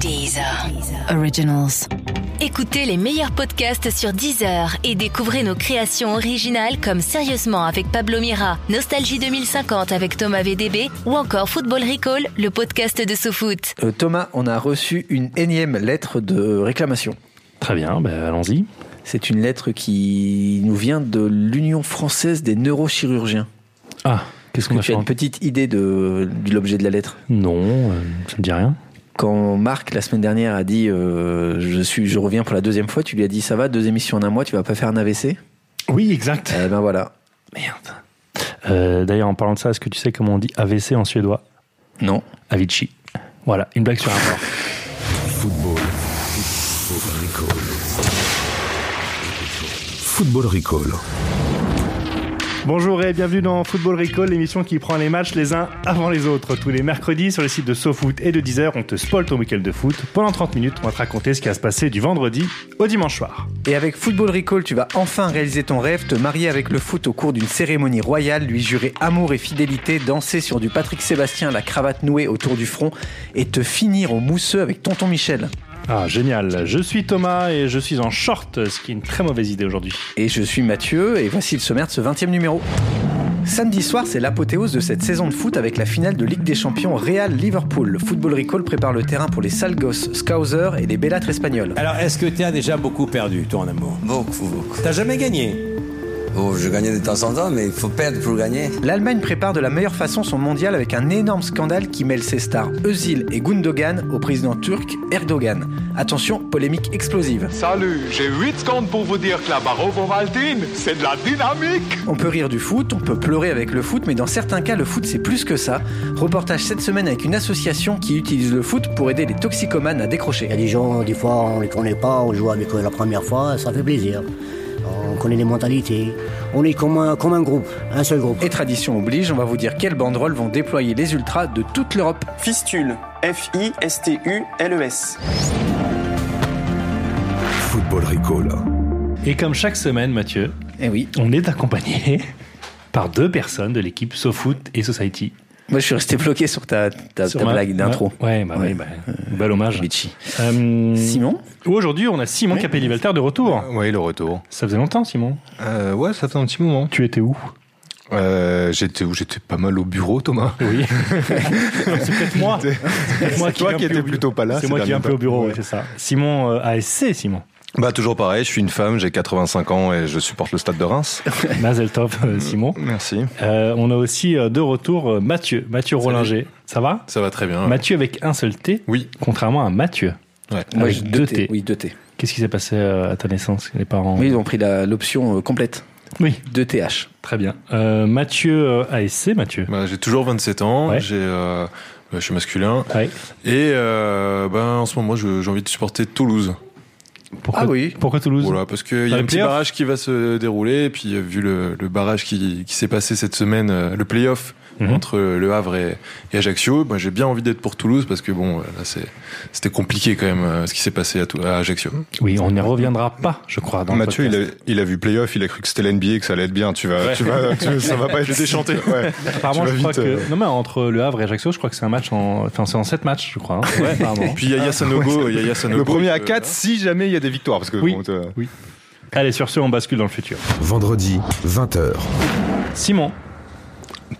Deezer. Originals. Écoutez les meilleurs podcasts sur Deezer et découvrez nos créations originales comme Sérieusement avec Pablo Mira, Nostalgie 2050 avec Thomas VDB ou encore Football Recall, le podcast de SoFoot. Euh, Thomas, on a reçu une énième lettre de réclamation. Très bien, ben, allons-y. C'est une lettre qui nous vient de l'Union française des neurochirurgiens. Ah, qu'est-ce Est-ce que qu'on a tu fait as une en- petite idée de, de l'objet de la lettre Non, euh, ça me dit rien. Quand Marc, la semaine dernière, a dit euh, je, suis, je reviens pour la deuxième fois, tu lui as dit Ça va, deux émissions en un mois, tu vas pas faire un AVC Oui, exact. Eh ben voilà. Euh, Merde. Euh, D'ailleurs, en parlant de ça, est-ce que tu sais comment on dit AVC en suédois Non. Avicii. Voilà, une blague sur un mort. Football Recall. Bonjour et bienvenue dans Football Recall, l'émission qui prend les matchs les uns avant les autres. Tous les mercredis sur le site de SoFoot et de Deezer, on te spoil ton week-end de foot. Pendant 30 minutes, on va te raconter ce qui va se passer du vendredi au dimanche soir. Et avec Football Recall, tu vas enfin réaliser ton rêve, te marier avec le foot au cours d'une cérémonie royale, lui jurer amour et fidélité, danser sur du Patrick Sébastien, la cravate nouée autour du front, et te finir au mousseux avec Tonton Michel. Ah, génial. Je suis Thomas et je suis en short, ce qui est une très mauvaise idée aujourd'hui. Et je suis Mathieu, et voici le sommaire de ce 20e numéro. Samedi soir, c'est l'apothéose de cette saison de foot avec la finale de Ligue des Champions Real-Liverpool. Le Football Recall prépare le terrain pour les Salgos, Scouser et les Bellatres espagnols. Alors, est-ce que tu as déjà beaucoup perdu, toi, en amour Beaucoup, beaucoup. T'as jamais gagné Oh, je gagnais de temps en temps, mais il faut perdre pour gagner. L'Allemagne prépare de la meilleure façon son mondial avec un énorme scandale qui mêle ses stars Özil et Gundogan au président turc Erdogan. Attention, polémique explosive. Salut, j'ai 8 secondes pour vous dire que la Bovaldine, c'est de la dynamique On peut rire du foot, on peut pleurer avec le foot, mais dans certains cas, le foot c'est plus que ça. Reportage cette semaine avec une association qui utilise le foot pour aider les toxicomanes à décrocher. Il y a des gens, des fois, on les connaît pas, on joue avec eux la première fois, ça fait plaisir. On connaît les mentalités. On est comme un, comme un groupe, un seul groupe. Et tradition oblige, on va vous dire quelles banderoles vont déployer les ultras de toute l'Europe. Fistule. F-I-S-T-U-L-E-S. Football Recall. Et comme chaque semaine, Mathieu, Eh oui, on est accompagné par deux personnes de l'équipe SoFoot et Society. moi je suis resté bloqué sur ta, ta- Sur ta ma- blague d'intro. Ouais, ouais, bah, Ouais. oui, bah, bel hommage. Bitchy. Euh, Simon Aujourd'hui, on a Simon Capelli-Valter de retour. Oui, le retour. Ça faisait longtemps, Simon. Euh, ouais, ça fait un petit moment. Tu étais où Euh, j'étais où J'étais pas mal au bureau, Thomas. Oui. c'est peut-être moi. C'est peut-être moi toi viens qui étais plus au bureau. plutôt pas là C'est ces moi qui viens un derniers peu au temps. bureau, Ouais. ouais, c'est ça. Simon euh, ASC, Simon. Bah toujours pareil, je suis une femme, j'ai 85 ans et je supporte le stade de Reims. Mazel tov, euh, Simon. Merci. Euh, on a aussi euh, de retour euh, Mathieu, Mathieu Rollinger. Ça va Ça va très bien. Mathieu avec un seul T, Oui. contrairement à Mathieu. Ouais. Avec je- deux T. Ah Oui, deux T. Qu'est-ce qui s'est passé euh, à ta naissance Les parents Oui, ils ont pris la- l'option euh, complète Oui, de TH. très bien. Euh, Mathieu euh, ASC, Mathieu. Bah, j'ai toujours 27 ans, Ouais. j'ai, euh, je suis masculin Ouais. et euh, ben, en ce moment je- j'ai envie de supporter Toulouse. Pourquoi, Ah oui. Pourquoi Toulouse Voilà, parce qu'il y Dans a les un petit playoffs barrage qui va se dérouler, et puis euh, vu le, le barrage qui, qui s'est passé cette semaine, euh, le play-off Mhm. entre euh, Le Havre et, et Ajaccio, moi, j'ai bien envie d'être pour Toulouse, parce que bon, euh, là c'est- c'était compliqué quand même euh, ce qui s'est passé à, Tou- à Ajaccio. Oui, on n'y reviendra pas, je crois. Dans le Mathieu, il a, podcast. il a vu playoff, il a cru que c'était l'NBA, que ça allait être bien. Tu vas, tu vas, tu- ça va pas être déchanté. Ouais. Apparemment, tu je vas crois vite, que. euh. Non, mais entre Le Havre et Ajaccio, je crois que c'est un match en. Enfin, c'est en 7 matchs, je crois. hein. Ouais, apparemment. Puis il y a Yasanogo, il y a Yasanogo, Le premier à que- 4, si jamais il y a des victoires. Parce que Oui. euh, bon, t'as- Oui. Allez, sur ce, on bascule dans le futur. Vendredi, 20h. Simon,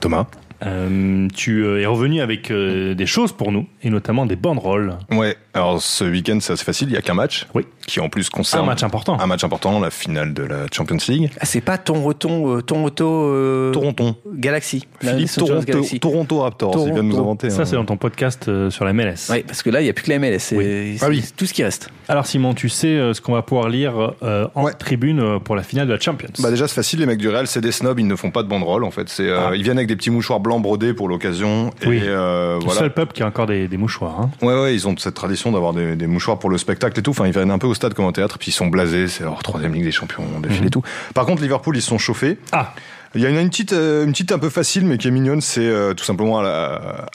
Thomas. euh, tu euh, es revenu avec euh, des choses pour nous, et notamment des banderoles. ouais. Alors ce week-end, c'est assez facile, il y a qu'un match. Oui. Qui en plus C'est concerne. un match important. Un match important, la finale de la Champions League. Ah, c'est pas ton reton, euh, ton auto euh, Toronto. Galaxy. La Philippe Los Angeles Toronto, Galaxy. Toronto Raptors, il vient de nous Toronto. inventer. Ça, un- c'est dans ton podcast euh, sur la MLS. Oui, parce que là, il n'y a plus que la MLS. C'est Oui. c'est Ah oui. tout ce qui reste. Alors, Simon, tu sais euh, ce qu'on va pouvoir lire euh, en Ouais. tribune euh, pour la finale de la Champions. Bah déjà c'est facile les mecs du Real c'est des snobs ils ne font pas de banderole en fait c'est euh, Ah. ils viennent avec des petits mouchoirs blancs brodés pour l'occasion Oui. et euh, le voilà seul peuple qui a encore des, des mouchoirs. hein. Ouais, ouais, ils ont cette tradition d'avoir des, des mouchoirs pour le spectacle et tout. Enfin, ils viennent un peu au stade comme au théâtre, puis ils sont blasés. C'est leur troisième Ligue des Champions, on défile et tout. Par contre, Liverpool, ils se sont chauffés. Ah, Il y en a une petite, euh, une petite un peu facile, mais qui est mignonne. C'est euh, tout simplement à la-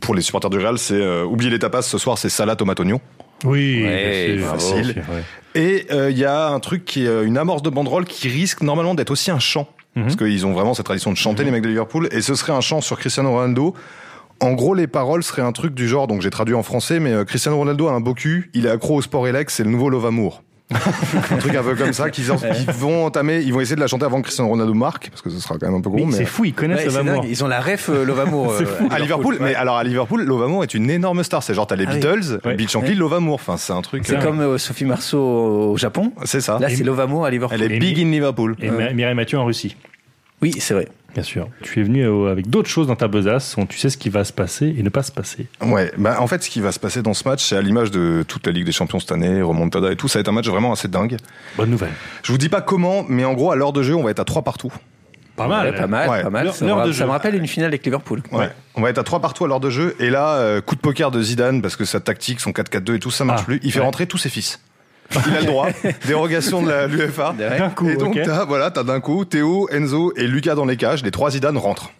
pour les supporters du Real, c'est euh, oublier les tapas. Ce soir, c'est salade tomate oignon. oui, Ouais, c'est bravo. facile. Ouais. Et euh, il y a un truc qui est euh, une amorce de banderole qui risque normalement d'être Mhm. aussi un chant. Parce qu'ils ont vraiment cette tradition de chanter, les mecs de Liverpool. Et ce serait un chant sur Cristiano Ronaldo En gros, les paroles seraient un truc du genre, donc j'ai traduit en français, mais euh, Cristiano Ronaldo a un beau cul, il est accro au sport élect, c'est le nouveau Love Amour. un truc un peu comme ça, qu'ils en- qu'ils vont entamer, ils vont essayer de la chanter avant que Cristiano Ronaldo marque, parce que ce sera quand même un peu gros. Mais mais- c'est fou, ils connaissent Ouais, Love c'est Amour. dingue, ils ont la ref, euh, Love Amour, C'est euh, fou. à à Liverpool. Liverpool, ouais. Mais alors à Liverpool, Love Amour est une énorme star. C'est genre t'as les Ah oui. Beatles, Ouais. Bill Shankly, Ouais. Love Amour. Enfin, c'est un truc. C'est euh, comme euh, Sophie Marceau au Japon. C'est ça. Là, c'est Et- Love Amour à Liverpool. Elle est big in Liverpool. Et Mi- Mireille Mathieu en Russie. Oui, c'est vrai. Bien sûr. Tu es venu euh, avec d'autres choses dans ta besace, dont tu sais ce qui va se passer et ne pas se passer. Ouais, bah en fait, ce qui va se passer dans ce match, c'est à l'image de toute la Ligue des Champions cette année, remontada et tout, ça va être un match vraiment assez dingue. Bonne nouvelle. Je vous dis pas comment, mais en gros, à l'heure de jeu, on va être à 3 partout. Pas mal. Ouais, pas mal, Ouais. pas mal. L'heure- Ça, l'heure me, ra- de ça jeu. me rappelle une finale avec Liverpool. Ouais. On va être à 3 partout à l'heure de jeu, et là, euh, coup de poker de Zidane, parce que sa tactique, son 4-4-2 et tout, ça marche plus. Il fait rentrer tous ses fils. Il a le droit. Dérogation de la- l'UFA. D'un coup, Et donc, ok. t'as, voilà, t'as d'un coup Théo, Enzo et Lucas dans les cages. Les trois Zidane rentrent.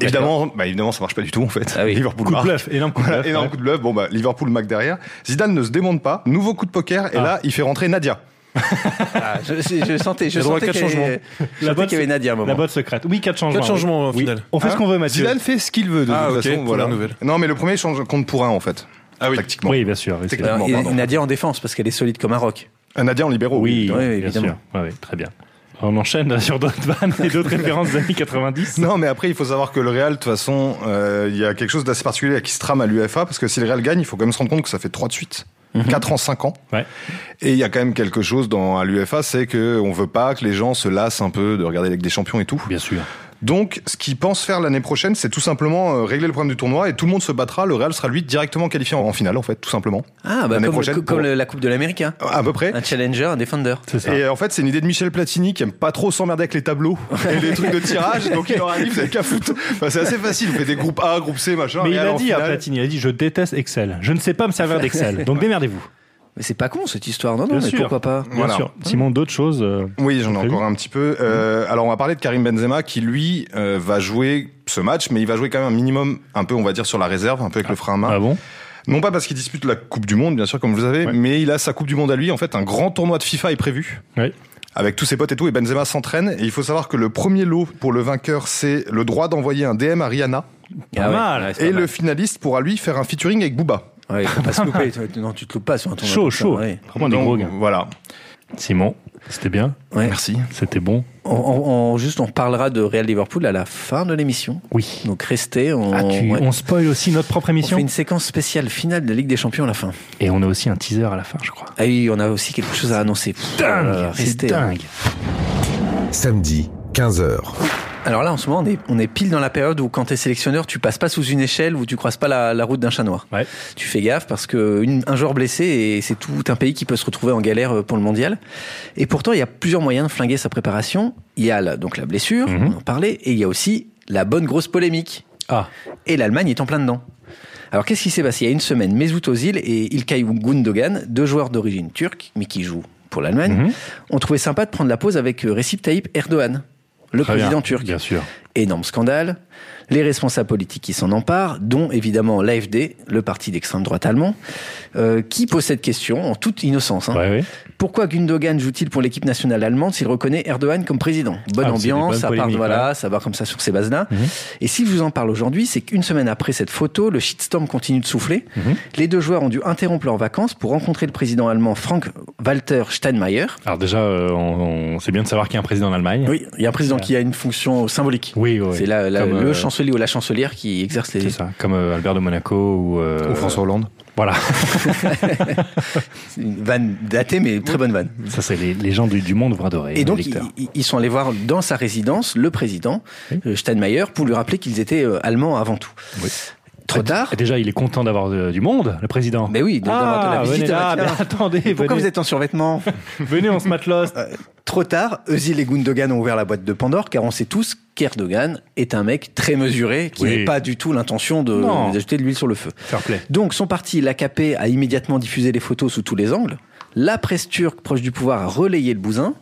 Évidemment, bah évidemment, ça marche pas du tout en fait. Liverpool Coup de marque. bluff, énorme coup de Voilà, bluff, énorme ouais. coup de bluff. Bon bah Liverpool mac derrière. Zidane ne se démonte pas. Nouveau coup de poker Ah. et là il fait rentrer Nadia. Ah, je, je- je sentais, je Il y a droit à sentais quatre qu'il y changements. avait, je sentais La botte- qu'il y avait Nadia à un moment. la botte secrète. Oui, quatre changements. Quatre changements, au final. Hein On fait ce qu'on veut, Mathieu. Zidane fait ce qu'il veut de Ah, toute ok, façon. pour voilà. la nouvelle. Non mais le premier change compte pour un en fait. Ah oui. Tactiquement. Oui, bien sûr. oui, c'est- Techniquement, Et- pardon. Nadia en défense parce qu'elle est solide comme un roc. Ah, Nadia en libéraux. Oh Oui, Oui, bien évidemment. sûr. Ouais, ouais, très bien. On enchaîne sur d'autres vannes et d'autres références des années 90. Non, mais après, il faut savoir que le Real, de toute façon, euh, il y a quelque chose d'assez particulier qui se trame à l'UFA, parce que si le Real gagne, il faut quand même se rendre compte que ça fait 3 de suite. Mhm. 4 ans, 5 ans. Et il y a quand même quelque chose dans, à l'UFA, c'est que on veut pas que les gens se lassent un peu de regarder avec des champions et tout. Bien sûr. Donc, ce qu'ils pensent faire l'année prochaine, c'est tout simplement euh, régler le problème du tournoi et tout le monde se battra. Le Real sera lui directement qualifié en, en finale, en fait, tout simplement. Ah, bah, L'année comme, prochaine, comme pour- Ah, le- la Coupe de l'Amérique. hein. à peu près. Un challenger, un defender. Et euh, en fait, c'est une idée de Michel Platini qui aime pas trop s'emmerder avec les tableaux et les trucs de tirage. Donc il leur a dit, vous avez qu'à foutre. Enfin, c'est assez facile. Vous faites des groupes A, groupe C, machin. Mais il Real a en dit hein, à finale. Platini, il a dit je déteste Excel. Je ne sais pas me servir d'Excel. Donc démerdez-vous. Mais c'est pas con cette histoire, non, non, Bien mais sûr. pourquoi pas Bien sûr. Simon, d'autres choses euh, Oui, j'en ai prévues encore un petit peu. Mmh. Euh, alors, on va parler de Karim Benzema qui, lui, euh, va jouer ce match, mais il va jouer quand même un minimum, un peu, on va dire, sur la réserve, un peu avec le frein à main. Ah bon Non pas parce qu'il dispute la Coupe du Monde, bien sûr, comme vous le savez, mais il a sa Coupe du Monde à lui. En fait, un grand tournoi de FIFA est prévu. Oui. Avec tous ses potes et tout, et Benzema s'entraîne. Et il faut savoir que le premier lot pour le vainqueur, c'est le droit d'envoyer un DM à Rihanna. Ah ouais. mal. Ouais, c'est Et pas le finaliste pourra lui faire un featuring avec Booba. mal. Ouais, faut pas se louper. Tu- Non, tu te loupes pas sur un tournoi. Chaud, comme ça, chaud. ouais. Vraiment des Donc, gros gars. Voilà. Simon, c'était bien. Ouais. Merci. C'était bon. On, on- on- juste, on parlera de Real Liverpool à la fin de l'émission. Oui. Donc restez. On, Ah, tu- ouais. On spoil aussi notre propre On émission. fait une séquence spéciale finale de la Ligue des Champions à la fin. Et on a aussi un teaser à la fin, je crois. Ah oui, on a aussi quelque chose à annoncer. Pff, euh, Dingue C'est restez. dingue Samedi, 15h. Alors là, en ce moment, on est, on est pile dans la période où, quand t'es sélectionneur, tu passes pas sous une échelle ou tu croises pas la, la route d'un chat noir. Ouais. Tu fais gaffe parce que une- un joueur blessé et c'est tout un pays qui peut se retrouver en galère euh, pour le mondial. Et pourtant, il y a plusieurs moyens de flinguer sa préparation. Il y a la- donc la blessure, Mhm. on en parlait, et il y a aussi la bonne grosse polémique. Ah, Et l'Allemagne est en plein dedans. Alors qu'est-ce qui s'est passé Il y a une semaine, Mesut Özil et İlkay Gundogan, deux joueurs d'origine turque, mais qui jouent pour l'Allemagne, Mhm. ont trouvé sympa de prendre la pause avec euh, Recep Tayyip Erdogan, le très président bien, turc. Bien sûr. Énorme scandale. Les responsables politiques qui s'en emparent, dont évidemment l'AFD, le parti d'extrême droite allemand, euh, qui pose cette question en toute innocence. hein. Ouais, ouais. Pourquoi Gundogan joue-t-il pour l'équipe nationale allemande s'il reconnaît Erdogan comme président Ah, Bonne c'est des ambiance, bonnes ça part, polémiques, voilà, ça part comme ça sur ces bases-là. Mhm. Et si je vous en parle aujourd'hui, c'est qu'une semaine après cette photo, le shitstorm continue de souffler. Mhm. Les deux joueurs ont dû interrompre leurs vacances pour rencontrer le président allemand Frank-Walter Steinmeier. Alors déjà, euh, on, on- c'est bien de savoir qu'il y a un président en Allemagne. Oui, il y a un président qui a une fonction symbolique. Oui, oui. C'est la- la- Comme, le euh, chancelier ou la chancelière qui exerce les. C'est ça, comme euh, Albert de Monaco ou... euh, Ou François Hollande. Voilà, C'est Une vanne datée, mais très bonne vanne. ça c'est les, les gens du, du monde vont adorer. Et euh, les donc, ils, lecteurs. ils- ils sont allés voir dans sa résidence le président euh, Steinmeier pour lui rappeler qu'ils étaient euh, allemands avant tout. Oui. Trop Ah, d- tard. Déjà, il est content d'avoir euh, du monde, le président. Mais oui, de- d'avoir de la Ah, visite. venez là, Ah, tiens. mais attendez, Mais Pourquoi venez. vous êtes en survêtement Euh, Venez, on se mate Lost. Trop tard, Özil et Gundogan ont ouvert la boîte de Pandore car on sait tous qu'Erdogan est un mec très mesuré qui n'a Oui. pas du tout l'intention de Non. d'ajouter de l'huile sur le feu. Fair play. Donc son parti, l'AKP, a immédiatement diffusé les photos sous tous les angles. La presse turque proche du pouvoir a relayé le bousin.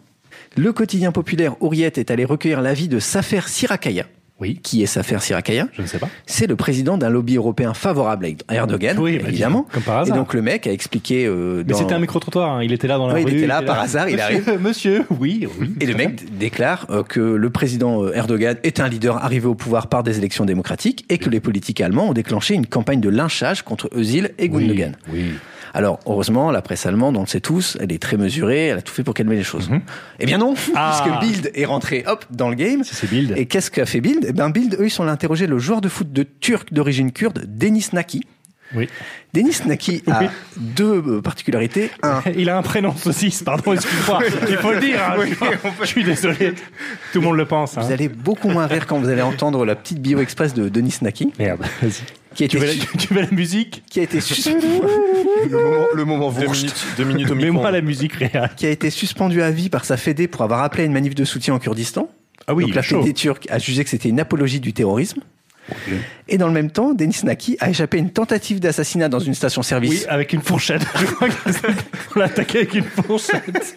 Le quotidien populaire Ouriette est allé recueillir l'avis de Safer Sirakaya, Oui. Qui est Safer Sirakaya Je ne sais pas. C'est le président d'un lobby européen favorable à Erdogan, Oui, bah, évidemment. dis- comme par hasard. Et donc le mec a expliqué. euh, Mais dans- c'était un micro-trottoir, hein, il était là dans la Ouais, il rue. était là, par hasard, il Monsieur, Monsieur, oui, oui. Et le mec d- déclare euh, que le président euh, Erdogan est un leader arrivé au pouvoir par des élections démocratiques et que les politiques allemands ont déclenché une campagne de lynchage contre Özil et Gundogan. Alors, heureusement, la presse allemande, on le sait tous, elle est très mesurée, elle a tout fait pour calmer les choses. Eh bien non, Mhm. Ah. puisque Bild est rentré, hop, dans le game. Et qu'est-ce qu'a fait Bild Eh bien, Bild, eux, ils sont allés interroger le joueur de foot de Turc d'origine kurde, Denis Naki. Oui. Denis Naki a deux euh, particularités. Un, Il a un prénom saucisse, pardon, excuse-moi. Il faut le dire. hein, Oui, je crois. Je suis désolé. Tout le monde le pense. hein. Vous allez beaucoup moins rire quand vous allez entendre la petite bio express de Denis Naki. Merde, vas-y. Qui a Tu été veux la- su- tu veux la musique Qui a été sus- Le moment, le moment Deux Wurst. minutes, deux minutes au micro. Mets-moi la musique réelle. qui a été suspendu à vie par sa fédé pour avoir appelé à une manif de soutien en Kurdistan. Ah oui, Donc la chaud. fédé turque a jugé que c'était une apologie du terrorisme. Et dans le même temps, Denis Naki a échappé à une tentative d'assassinat dans une Oui, station-service. avec une fourchette. Je crois qu'on l'a attaqué avec une fourchette.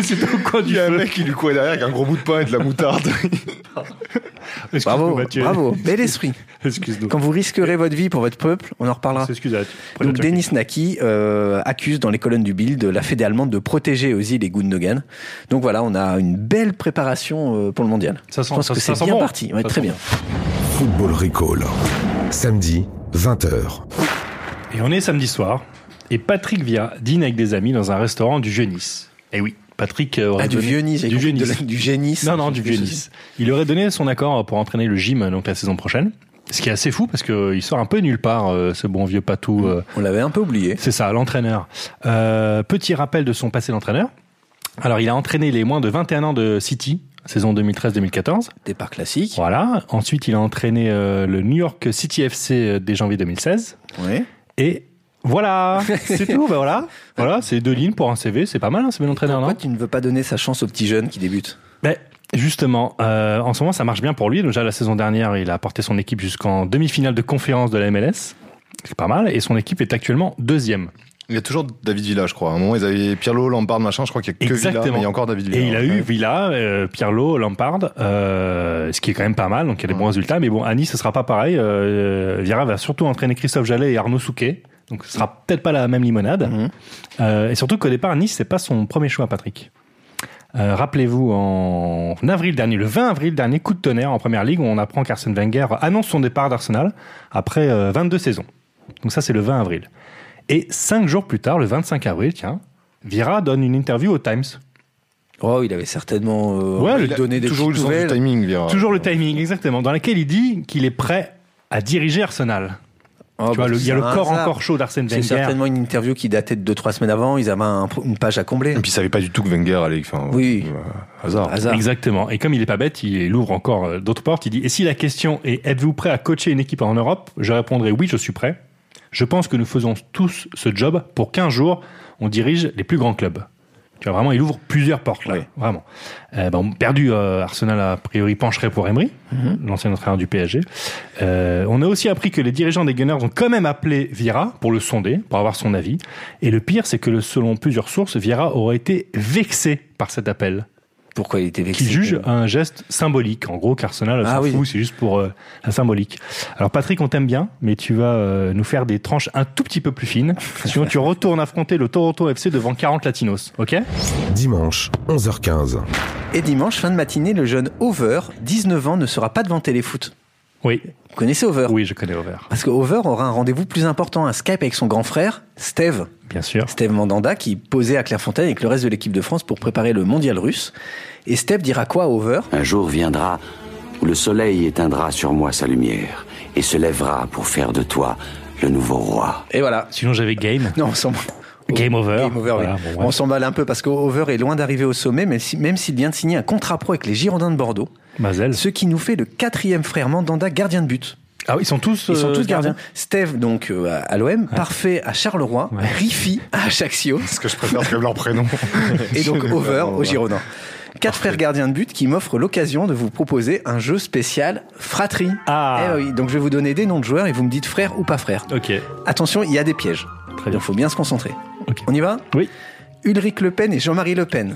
C'était au coin Il du y a un feu. mec qui lui courait derrière avec un gros bout de pain et de la moutarde. Excuse-nous, bravo, Mathieu. bravo, bel esprit. Excuse-nous. Quand vous risquerez votre vie pour votre peuple, on en reparlera. Excuse-nous. Donc Denis Naki euh, accuse dans les colonnes du Bild la fédé allemande de protéger Özil et Gundogan. Donc voilà, on a une belle préparation euh, pour le mondial. Ça sent- Je pense ça- que ça c'est sent bien bon. parti, Ouais, Ça très sent bien. Football Recall. Samedi, 20h. Et on est samedi soir, et Patrick Via dîne avec des amis dans un restaurant du vieux Nice. Eh oui, Patrick euh, aurait Ah, du donné- vieux Nice, j'ai du compris, vieux de Nice. la- du génie. Non, non, du vieux Nice. Il aurait donné son accord hein, pour entraîner le gym donc la saison prochaine. Ce qui est assez fou parce qu'il sort un peu nulle part, euh, ce bon vieux Patou. euh, On l'avait un peu oublié. c'est ça, l'entraîneur. Euh, petit rappel de son passé d'entraîneur. Alors, il a entraîné les moins de 21 ans de City, saison 2013-2014. Départ classique. Voilà. Ensuite, il a entraîné euh, le New York City FC euh, dès janvier 2016. Ouais. Et voilà, c'est tout. Bah voilà, voilà, c'est deux lignes pour un CV, c'est pas mal, hein, c'est bien entraîneur, Pourquoi non tu ne veux pas donner sa chance au petit jeune qui débute Ben, justement, euh, en ce moment, ça marche bien pour lui. Déjà, la saison dernière, il a porté son équipe jusqu'en demi-finale de conférence de la MLS. C'est pas mal. Et son équipe est actuellement deuxième. Il y a toujours David Villa, je crois. À un moment, ils avaient Pirlo, Lampard, machin. Je crois qu'il y a que Villa, Exactement. mais il y a encore David Villa. Et il a Ouais. eu Villa, euh, Pirlo, Lampard, euh, ce qui est quand même pas mal. Donc, il y a des bons résultats. Mais bon, à Nice, ce sera pas pareil. Euh, Vieira va surtout entraîner Christophe Jallet et Arnaud Souquet. Donc, ce sera peut-être pas la même limonade. Mhm. Euh, et surtout qu'au départ, Nice, c'est pas son premier choix, Patrick. Euh, Rappelez-vous, en avril dernier, le 20 avril dernier, coup de tonnerre en première ligue, on apprend qu'Arsène Wenger annonce son départ d'Arsenal après euh, 22 saisons. Donc ça, c'est le 20 avril. Et cinq jours plus tard, le 25 avril, tiens, Vira donne une interview au Times. Oh, il avait certainement euh, Ouais, envie il de a donné des toujours eu le petites sens du nouvelles. timing, Villa. Toujours le timing, exactement, dans laquelle il dit qu'il est prêt à diriger Arsenal. Oh, tu vois, bah, le- il y a le c'est un corps hasard. encore chaud d'Arsène C'est Wenger. certainement une interview qui datait de 2-3 semaines avant. Ils avaient un- une page à combler. Et puis, il savait pas du tout que Wenger allait. Enfin, Oui. euh, hasard. Hasard. Exactement. Et comme il est pas bête, il il ouvre encore euh, d'autres portes. Il dit Et si la question est êtes-vous prêt à coacher une équipe en Europe Je répondrai oui, je suis prêt. Je pense que nous faisons tous ce job pour qu'un jour on dirige les plus grands clubs. Tu vois, vraiment, il ouvre plusieurs portes là. Oui. Vraiment. Euh, bon, perdu, euh, Arsenal a priori pencherait pour Emery, Mhm. l'ancien entraîneur du PSG. Euh, on a aussi appris que les dirigeants des Gunners ont quand même appelé Vira pour le sonder, pour avoir son avis. Et le pire, c'est que le- selon plusieurs sources, Vira aurait été vexé par cet appel Pourquoi il était vexé qui juge un geste symbolique. En gros, qu'Arsenal Ah s'en oui. fout, c'est juste pour euh, la symbolique. Alors Patrick, on t'aime bien, mais tu vas euh, nous faire des tranches un tout petit peu plus fines. Sinon, tu retournes affronter le Toronto FC devant 40 Latinos, ok Dimanche, 11h15. Et dimanche, fin de matinée, le jeune Over, 19 ans, ne sera pas devant Téléfoot. Oui, Vous connaissez Over oui, je connais Over. Parce que Over aura un rendez-vous plus important, un Skype avec son grand frère, Steve. Bien sûr. Steve Mandanda, qui posait à Clairefontaine avec le reste de l'équipe de France pour préparer le mondial russe. Et Steve dira quoi à Over Un jour viendra où le soleil éteindra sur moi sa lumière et se lèvera pour faire de toi le nouveau roi. Et voilà. Sinon, j'avais Game. Non, on s'en Game Over. Game over, Voilà, oui. bon, bref. On s'emballe un peu parce que Over est loin d'arriver au sommet, même si- même s'il vient de signer un contrat pro avec les Girondins de Bordeaux. Mazel. Ce qui nous fait le quatrième frère Mandanda, gardien de but. Ah oui, ils sont tous, Ils sont euh, tous gardiens. Steve, donc, euh, à- à l'OM, Parfait à Charleroi, Ouais. Rifi à Ajaccio, Ce que je préfère, c'est comme leur prénom. et donc Over Vraiment, au Girondin. Quatre frères gardiens de but qui m'offrent l'occasion de vous proposer un jeu spécial fratrie. Ah. Eh oui, donc je vais vous donner des noms de joueurs et vous me dites frère ou pas frère. Ok, Attention, il y a des pièges. Très bien. Donc faut bien se concentrer. Ok. On y va Oui. Ulrich Le Pen et Jean-Marie Le Pen.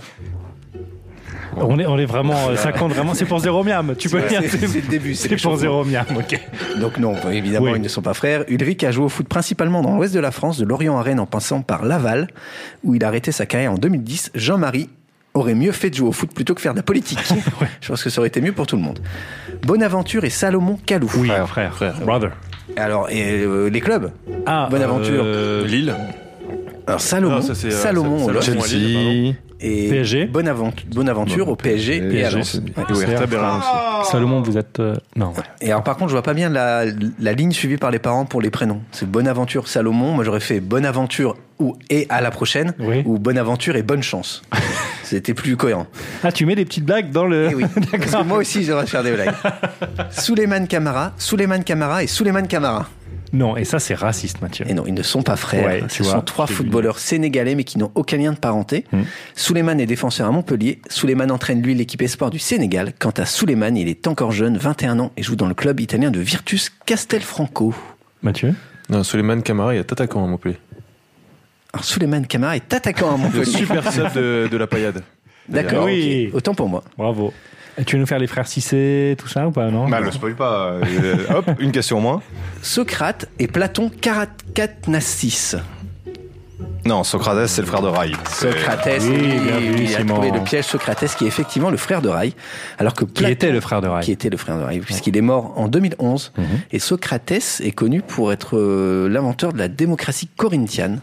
On est, on est vraiment, euh, ça compte vraiment. C'est pour zéro miam. Tu peux C'est- dire. c'est- c'est le début, c'est C'est le pour changement. zéro miam. Ok. Donc non, bah, évidemment, ils ne sont pas frères. Ulrich a joué au foot principalement dans l'ouest de la France, de Lorient à Rennes en passant par Laval, où il a arrêté sa carrière en 2010. Jean-Marie aurait mieux fait de jouer au foot plutôt que faire de la politique. Je pense que ça aurait été mieux pour tout le monde. Bonaventure et Salomon Kalou. Oui, frère, frère, brother. Alors, et, euh, les clubs Ah, Bonaventure. euh, Lille. Alors, Salomon, Ah, ça, c'est, euh, Salomon, Salomon au à Lille, Chelsea. pardon. et PSG. Bonaventure, Bonaventure au PSG et à Lens. Ouais. Salomon, vous êtes. euh, Non. Et alors par contre, je vois pas bien la, la ligne suivie par les parents pour les prénoms. C'est Bonne Aventure Salomon. Moi, j'aurais fait Bonne Aventure ou et à la prochaine ou Bonne Aventure et bonne chance. C'était plus cohérent. Ah, tu mets des petites blagues dans le. Eh oui. Parce que moi aussi, j'aurais faire des blagues. Souleymane Camara, Souleymane Camara et Souleymane Camara. Non, et ça, c'est raciste, Mathieu. Et non, ils ne sont pas frères. Ouais, Ce tu vois, Hmm. sont trois j'ai vu. footballeurs sénégalais mais qui n'ont aucun lien de parenté. Souleymane est défenseur à Montpellier. Souleymane entraîne lui l'équipe espoir du Sénégal. Quant à Souleymane, il est encore jeune, 21 ans, et joue dans le club italien de Virtus Castelfranco. Mathieu Non, Suleiman Camara, il y a Tatacan à Montpellier. Alors Souleymane Camara est attaquant à Le Montpellier. super sub de, de la paillade. D'accord. Oui. Ah, ok. Autant pour moi. Bravo. Et tu veux nous faire les frères Cissé, tout ça ou pas Non. Bah, le spoil pas. euh, hop, une question au moins. Socrate et Platon Caracatnassis. Non, Socrates, c'est le frère de Rail. Socrates, Oui, oui, bien vu, il a Simon. trouvé le piège Socrates qui est effectivement le frère de Rail, alors que Platon, était le frère de Rail. qui était le frère de Mhm. Rail, puisqu'il est mort en 2011. Et Socrates est connu pour être euh, l'inventeur de la démocratie corinthienne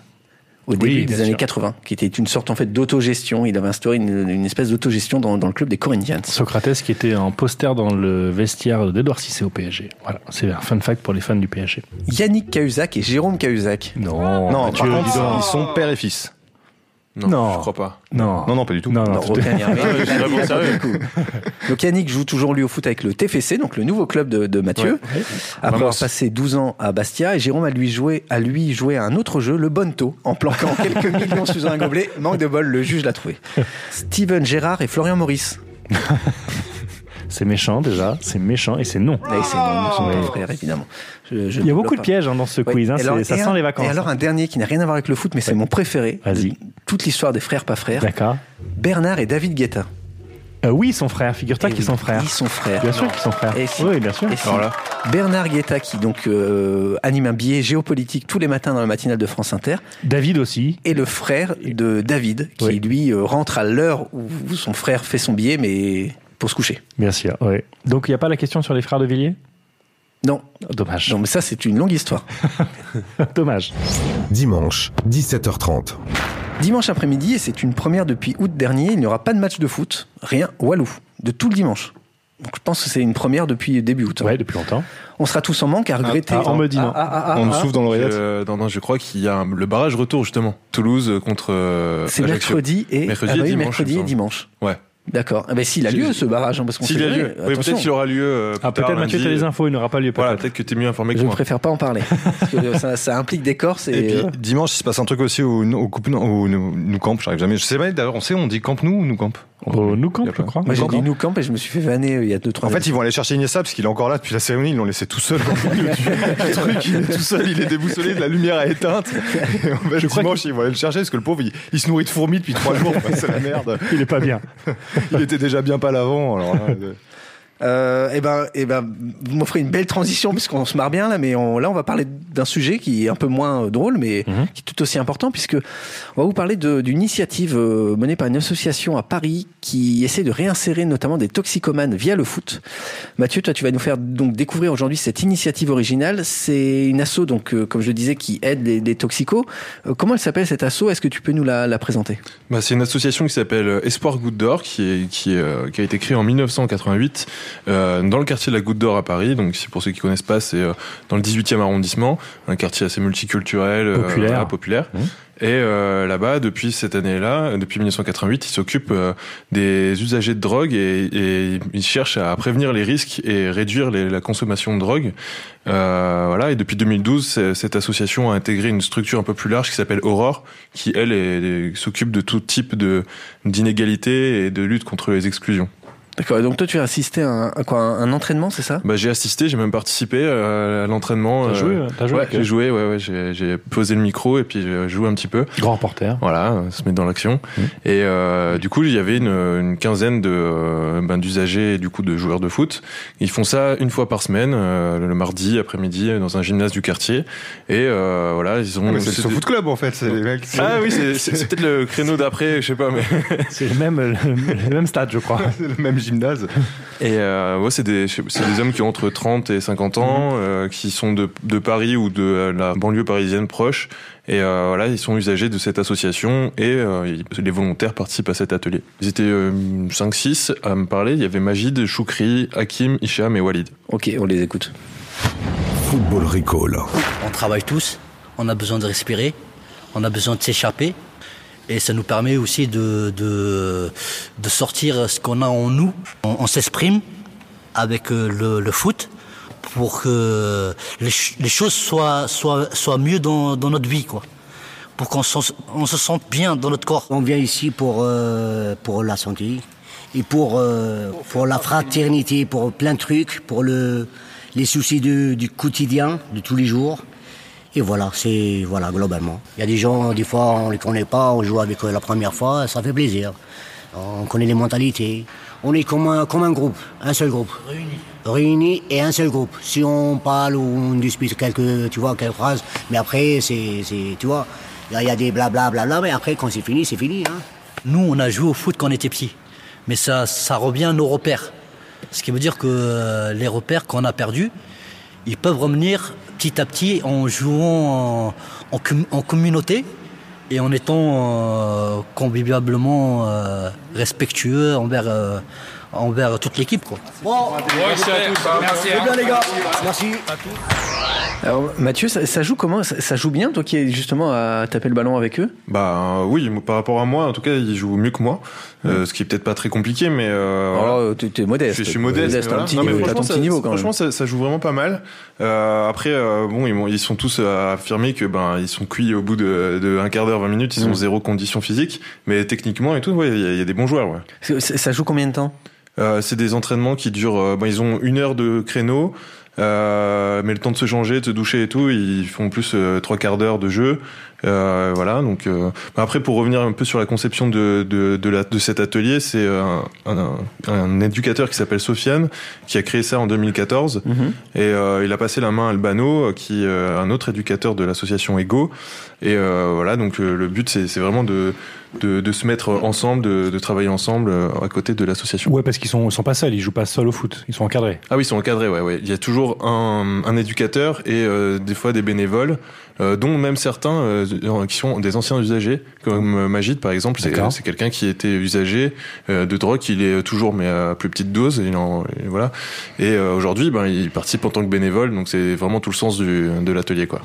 au début bien des années sûr. 80, qui était une sorte en fait d'autogestion. Il avait instauré une, une espèce d'autogestion dans, dans le club des Corinthians. Socrates qui était en poster dans le vestiaire d'Edouard Cissé au PSG. Voilà, c'est un fun fact pour les fans du PSG. Yannick Cahuzac et Jérôme Cahuzac. Non, Non, Mathieu, par contre, dis donc. ils sont père et fils. Non, Non. je crois pas. Non. Non, non, pas du tout. Non, non, Non, tout- aucun lien. Ah, je suis vraiment D'accord, sérieux. du coup. Donc Yannick joue toujours lui au foot avec le TFC, donc le nouveau club de, de Mathieu. Ouais. Après Vamos. avoir passé 12 ans à Bastia, et Jérôme a lui joué à lui joué à un autre jeu, le Bonto, en planquant quelques millions sous un gobelet. Manque de bol, le juge l'a trouvé. Steven Gérard et Florian Maurice. c'est méchant déjà, c'est méchant et c'est non. Là, c'est non, ils sont pas frères, évidemment. Je- je Oh Il y ne a beaucoup développe de pas. pièges hein, dans ce Ouais. quiz, hein, Et alors- c'est- ça et sent un- les vacances. Et alors un dernier qui n'a rien à voir avec le foot, mais c'est mon préféré. Vas-y. Toute l'histoire des frères pas frères. D'accord. Bernard et David Guetta. Euh, oui, ils sont frères, figure-toi Eh qu'ils oui, sont frères. Ils sont frères. Bien sûr qu'ils sont frères. Et si. Ah. Oui, bien sûr. Et si. Bernard Guetta qui donc euh, anime un billet géopolitique tous les matins dans la matinale de France Inter David aussi. et le frère de David qui Oui. lui euh, rentre à l'heure où son frère fait son billet mais pour se coucher. Bien sûr, oui. Ah, Donc il n'y a pas la question sur les frères de Villiers Non, Ah, Dommage. non mais ça c'est une longue histoire. Dommage. Dimanche, 17h30. Dimanche après-midi et c'est une première depuis août dernier, il n'y aura pas de match de foot, rien Walou de tout le dimanche. Donc je pense que c'est une première depuis début août. hein. Ouais, depuis longtemps. On sera tous en manque à regretter. ah, en me disant. Ah, ah, ah, On me ah. souffle dans l'oreillette. Je- euh, non, non, je crois qu'il y a un- le barrage retour justement. Toulouse euh, contre. euh, C'est Ajaccio. mercredi et Mercredi ah et oui, dimanche, mercredi il et me semble. dimanche. Ouais. D'accord. Ah ben, s'il a lieu ce barrage, hein, parce qu'on S'il sait a jamais. lieu. Oui, Attention. peut-être qu'il aura lieu. euh, plus Ah, peut-être tard, Mathieu, lundi. t'as les infos, il nous rappelle lieu Voilà, peut-être. peut-être que t'es mieux informé que Je moi. préfère pas en parler parce que ça, ça implique des Corses et, Et euh, puis dimanche, il se passe un truc aussi au, au, Coupe- au Nou- Nou Camp, j'arrive jamais. Je sais pas d'ailleurs, on sait, on dit Camp Nou ou Nou Camp Au Nou Camp, Y a je pas. crois. moi j'ai Nou dit nous camp et je me suis fait vanner euh, il y a deux trois. En fait, ils vont aller chercher Iniesta parce qu'il est encore là depuis la cérémonie, ils l'ont laissé tout seul. le truc, il est tout seul, il est déboussolé, la lumière est éteinte. Et en fait, dimanche, ils vont aller le chercher parce que le pauvre, il, il se nourrit de fourmis depuis trois jours. Enfin, c'est la merde. Il est pas bien. Il était déjà bien pas l'avant. Alors, là, de- euh, et ben et ben vous m'offrez une belle transition puisqu'on se marre bien là, mais on, là on va parler d'un sujet qui est un peu moins euh, drôle mais qui est tout aussi important puisque on va vous parler de- d'une initiative euh, menée par une association à Paris qui essaie de réinsérer notamment des toxicomanes via le foot. Mathieu, toi, tu vas nous faire donc découvrir aujourd'hui cette initiative originale. C'est une asso, donc, euh, comme je le disais, qui aide les, les toxicos. Euh, comment elle s'appelle cette asso Est-ce que tu peux nous la, la présenter Bah, c'est une association qui s'appelle euh, Espoir Goutte d'Or, qui, est, qui, est, euh, qui a été créée en 1988 euh, dans le quartier de la Goutte d'Or à Paris. Donc, c'est pour ceux qui connaissent pas, c'est euh, dans le 18e arrondissement, un quartier assez multiculturel, euh, Populaire. voilà, populaire. Mhm. Et euh, là-bas, depuis cette année-là, euh, depuis 1988, ils s'occupent euh, des usagers de drogue et, et ils cherchent à prévenir les risques et réduire les- la consommation de drogue. Euh, voilà. Et depuis 2012, c'est- cette association a intégré une structure un peu plus large qui s'appelle Aurore, qui elle est- est- s'occupe de tout type de d'inégalités et de lutte contre les exclusions. D'accord. Donc toi, tu as assisté à un, à quoi, un entraînement, c'est ça Bah, j'ai assisté, j'ai même participé euh, à l'entraînement. T'as euh, joué, hein, t'as joué Ouais, avec j'ai eux joué, ouais, ouais, j'ai, j'ai posé le micro et puis j'ai joué un petit peu. Grand reporter. Voilà, euh, se mettre dans l'action. Mmh. Et euh, du coup, il y avait une, une quinzaine de euh, ben, d'usagers et du coup de joueurs de foot. Ils font ça une fois par semaine, euh, le, le mardi après-midi, euh, dans un gymnase du quartier. Et euh, voilà, ils ont. Ah, mais c'est le So Foot Club en fait, c'est les mecs. Ah oui, c'est, c'est- c'est peut-être le créneau d'après, je sais pas, mais. C'est le même, le, le même stade, je crois. c'est le même gymnase. Et euh, ouais, c'est des, je sais- c'est des hommes qui ont entre 30 et 50 ans, euh, qui sont de, de Paris ou de euh, la banlieue parisienne proche. Et euh, voilà, ils sont usagers de cette association et euh, ils- les volontaires participent à cet atelier. Ils étaient 5-6 à me parler. Il y avait Magid, Choukri, Hakim, Hicham et Walid. Ok, on les écoute. Football Recall. On travaille tous, on a besoin de respirer, on a besoin de s'échapper. Et ça nous permet aussi de, de, de sortir ce qu'on a en nous. On, on s'exprime avec euh, le, le foot pour que les, ch- les choses soient, soient, soient mieux dans, dans notre vie. Quoi. Pour qu'on s'en- on se sente bien dans notre corps. On vient ici pour, euh, pour la santé et pour, euh, pour la fraternité, pour plein de trucs, pour le, les soucis de- du quotidien, de tous les jours. Et voilà, c'est voilà globalement. Il y a des gens, des fois, on les connaît pas, on joue avec eux la première fois, ça fait plaisir. On connaît les mentalités. On est comme un, comme un groupe, un seul groupe. Réunis. Réunis et un seul groupe. Si on parle ou on dispute quelques, tu vois, quelques phrases, mais après, c'est, c'est- tu vois, il y, a- il y a des blabla, blabla, mais après, quand c'est fini, c'est fini. Hein. Nous, on a joué au foot quand on était petit, mais ça, ça revient à nos repères. Ce qui veut dire que euh, les repères qu'on a perdus, ils peuvent revenir petit à petit en jouant en, en com- en communauté et en étant euh, convivialement euh, respectueux envers, euh, envers toute l'équipe. quoi. Bon, merci à tous, hein. Merci, C'est hein. bien, les gars. Merci. Alors Mathieu, ça, ça joue comment ça, ça joue bien, toi qui es justement à taper le ballon avec eux Bah euh, oui, par rapport à moi, en tout cas, ils jouent mieux que moi, euh, ce qui est peut-être pas très compliqué, mais euh, voilà. tu es modeste. Je, suis T'es modeste. modeste, t'as un mais voilà. petit Non, mais niveau, t'as franchement, ton ça- petit niveau, quand franchement, même. ça, ça joue vraiment pas mal. Euh, après, euh, bon, ils, m'ont- ils sont tous à affirmer que ben ils sont cuits au bout de, de un quart d'heure, 20 minutes, ils ont Mm. zéro condition physique, mais techniquement et tout, ouais, il y a- il y, a des bons joueurs. Ouais. C'est- c'est- Ça joue combien de temps Euh, c'est des entraînements qui durent. euh, bon, ils ont une heure de créneau, euh, mais le temps de se changer, de se doucher et tout, ils font plus euh, trois quarts d'heure de jeu. Euh, voilà. Donc euh, bah, après, pour revenir un peu sur la conception de de, de, la- de cet atelier, c'est euh, un, un- un éducateur qui s'appelle Sofiane qui a créé ça en 2014 et euh, il a passé la main à Albano, euh, qui euh, un autre éducateur de l'association Ego. Et euh, voilà. Donc euh, le but, c'est c'est vraiment de, de de se mettre ensemble, de, de travailler ensemble euh, à côté de l'association. Ouais, parce qu'ils sont, ils sont pas seuls, ils jouent pas seuls au foot, ils sont encadrés. Ah oui, ils sont encadrés, ouais, ouais. Il y a toujours un, un éducateur et euh, des fois des bénévoles, euh, dont même certains euh, qui sont des anciens usagers, comme euh, Magid par exemple. C'est D'accord. c'est quelqu'un qui était usager euh, de drogue, il est toujours mais à plus petite dose, il en, et voilà. Et euh, aujourd'hui, ben, il participe en tant que bénévole, donc c'est vraiment tout le sens du, de l'atelier, quoi.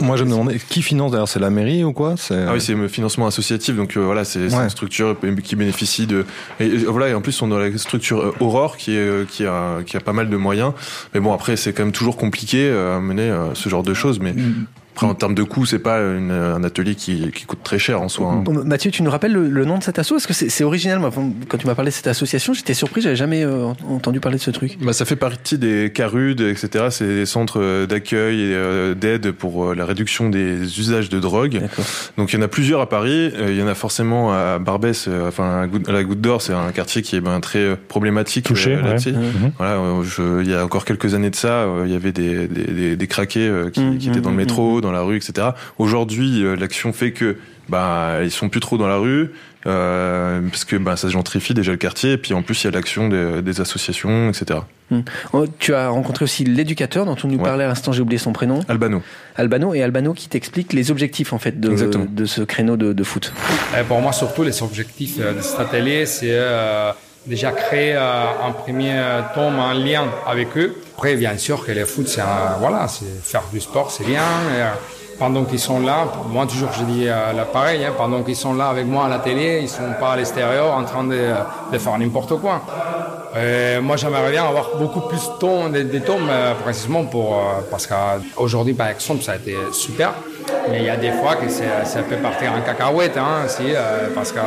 Moi, je me demandais qui finance d'ailleurs, c'est la mairie ou quoi C'est- Ah oui, c'est le financement associatif, donc euh, voilà, c'est c'est Euh, Ouais. une structure qui bénéficie de. Et, et voilà, et en plus on a la structure euh, Aurore qui est euh, qui a qui a pas mal de moyens, mais bon après c'est quand même toujours compliqué euh, à mener euh, ce genre de choses, mais après en termes de coûts c'est pas une, euh, un atelier qui qui coûte très cher en soi. hein. Oh, Mathieu, tu nous rappelles le, le nom de cette asso Parce que c'est c'est original. Moi, quand tu m'as parlé de cette association, j'étais surpris, j'avais jamais euh, entendu parler de ce truc. Bah, ça fait partie des CARUD, etc. C'est des centres euh, d'accueil et euh, d'aide pour euh, la réduction des usages de drogue. Donc il y en a plusieurs à Paris. Euh, Il y en a forcément à Barbès, euh, enfin à Goutte- à la Goutte d'Or, c'est un quartier qui est ben, très euh, problématique. Touché, ouais. là-dessus. Mhm. Voilà, euh, je- il y a encore quelques années de ça, euh, il y avait des, des, des, des craqués euh, qui, qui étaient dans le métro, dans la rue, etc. Aujourd'hui, euh, l'action fait que bah ils sont plus trop dans la rue. euh, parce que bah, ça se gentrifie déjà le quartier et puis en plus il y a l'action des, des associations etc. Hum. Oh, Tu as rencontré aussi l'éducateur dont on nous parlait à l'instant, j'ai oublié son prénom. Albano. Albano et Albano qui t'explique les objectifs en fait de, Exactement. de ce créneau de, de foot. Euh, pour moi, surtout, les objectifs euh, de cet atelier, c'est euh, déjà créer euh, un premier euh, tome, un lien avec eux. Après, bien sûr que le foot, c'est un- voilà, c'est faire du sport, c'est bien. Et, euh, pendant qu'ils sont là, moi toujours je dis euh, là, pareil, hein, pendant qu'ils sont là avec moi à la télé, ils sont pas à l'extérieur en train de, de faire n'importe quoi. Euh, moi j'aimerais bien avoir beaucoup plus de temps, des, des tomes euh, précisément pour, euh, parce qu'aujourd'hui par exemple ça a été super, mais il y a des fois que c'est- ça peut partir en cacahuète, hein, si, euh, parce que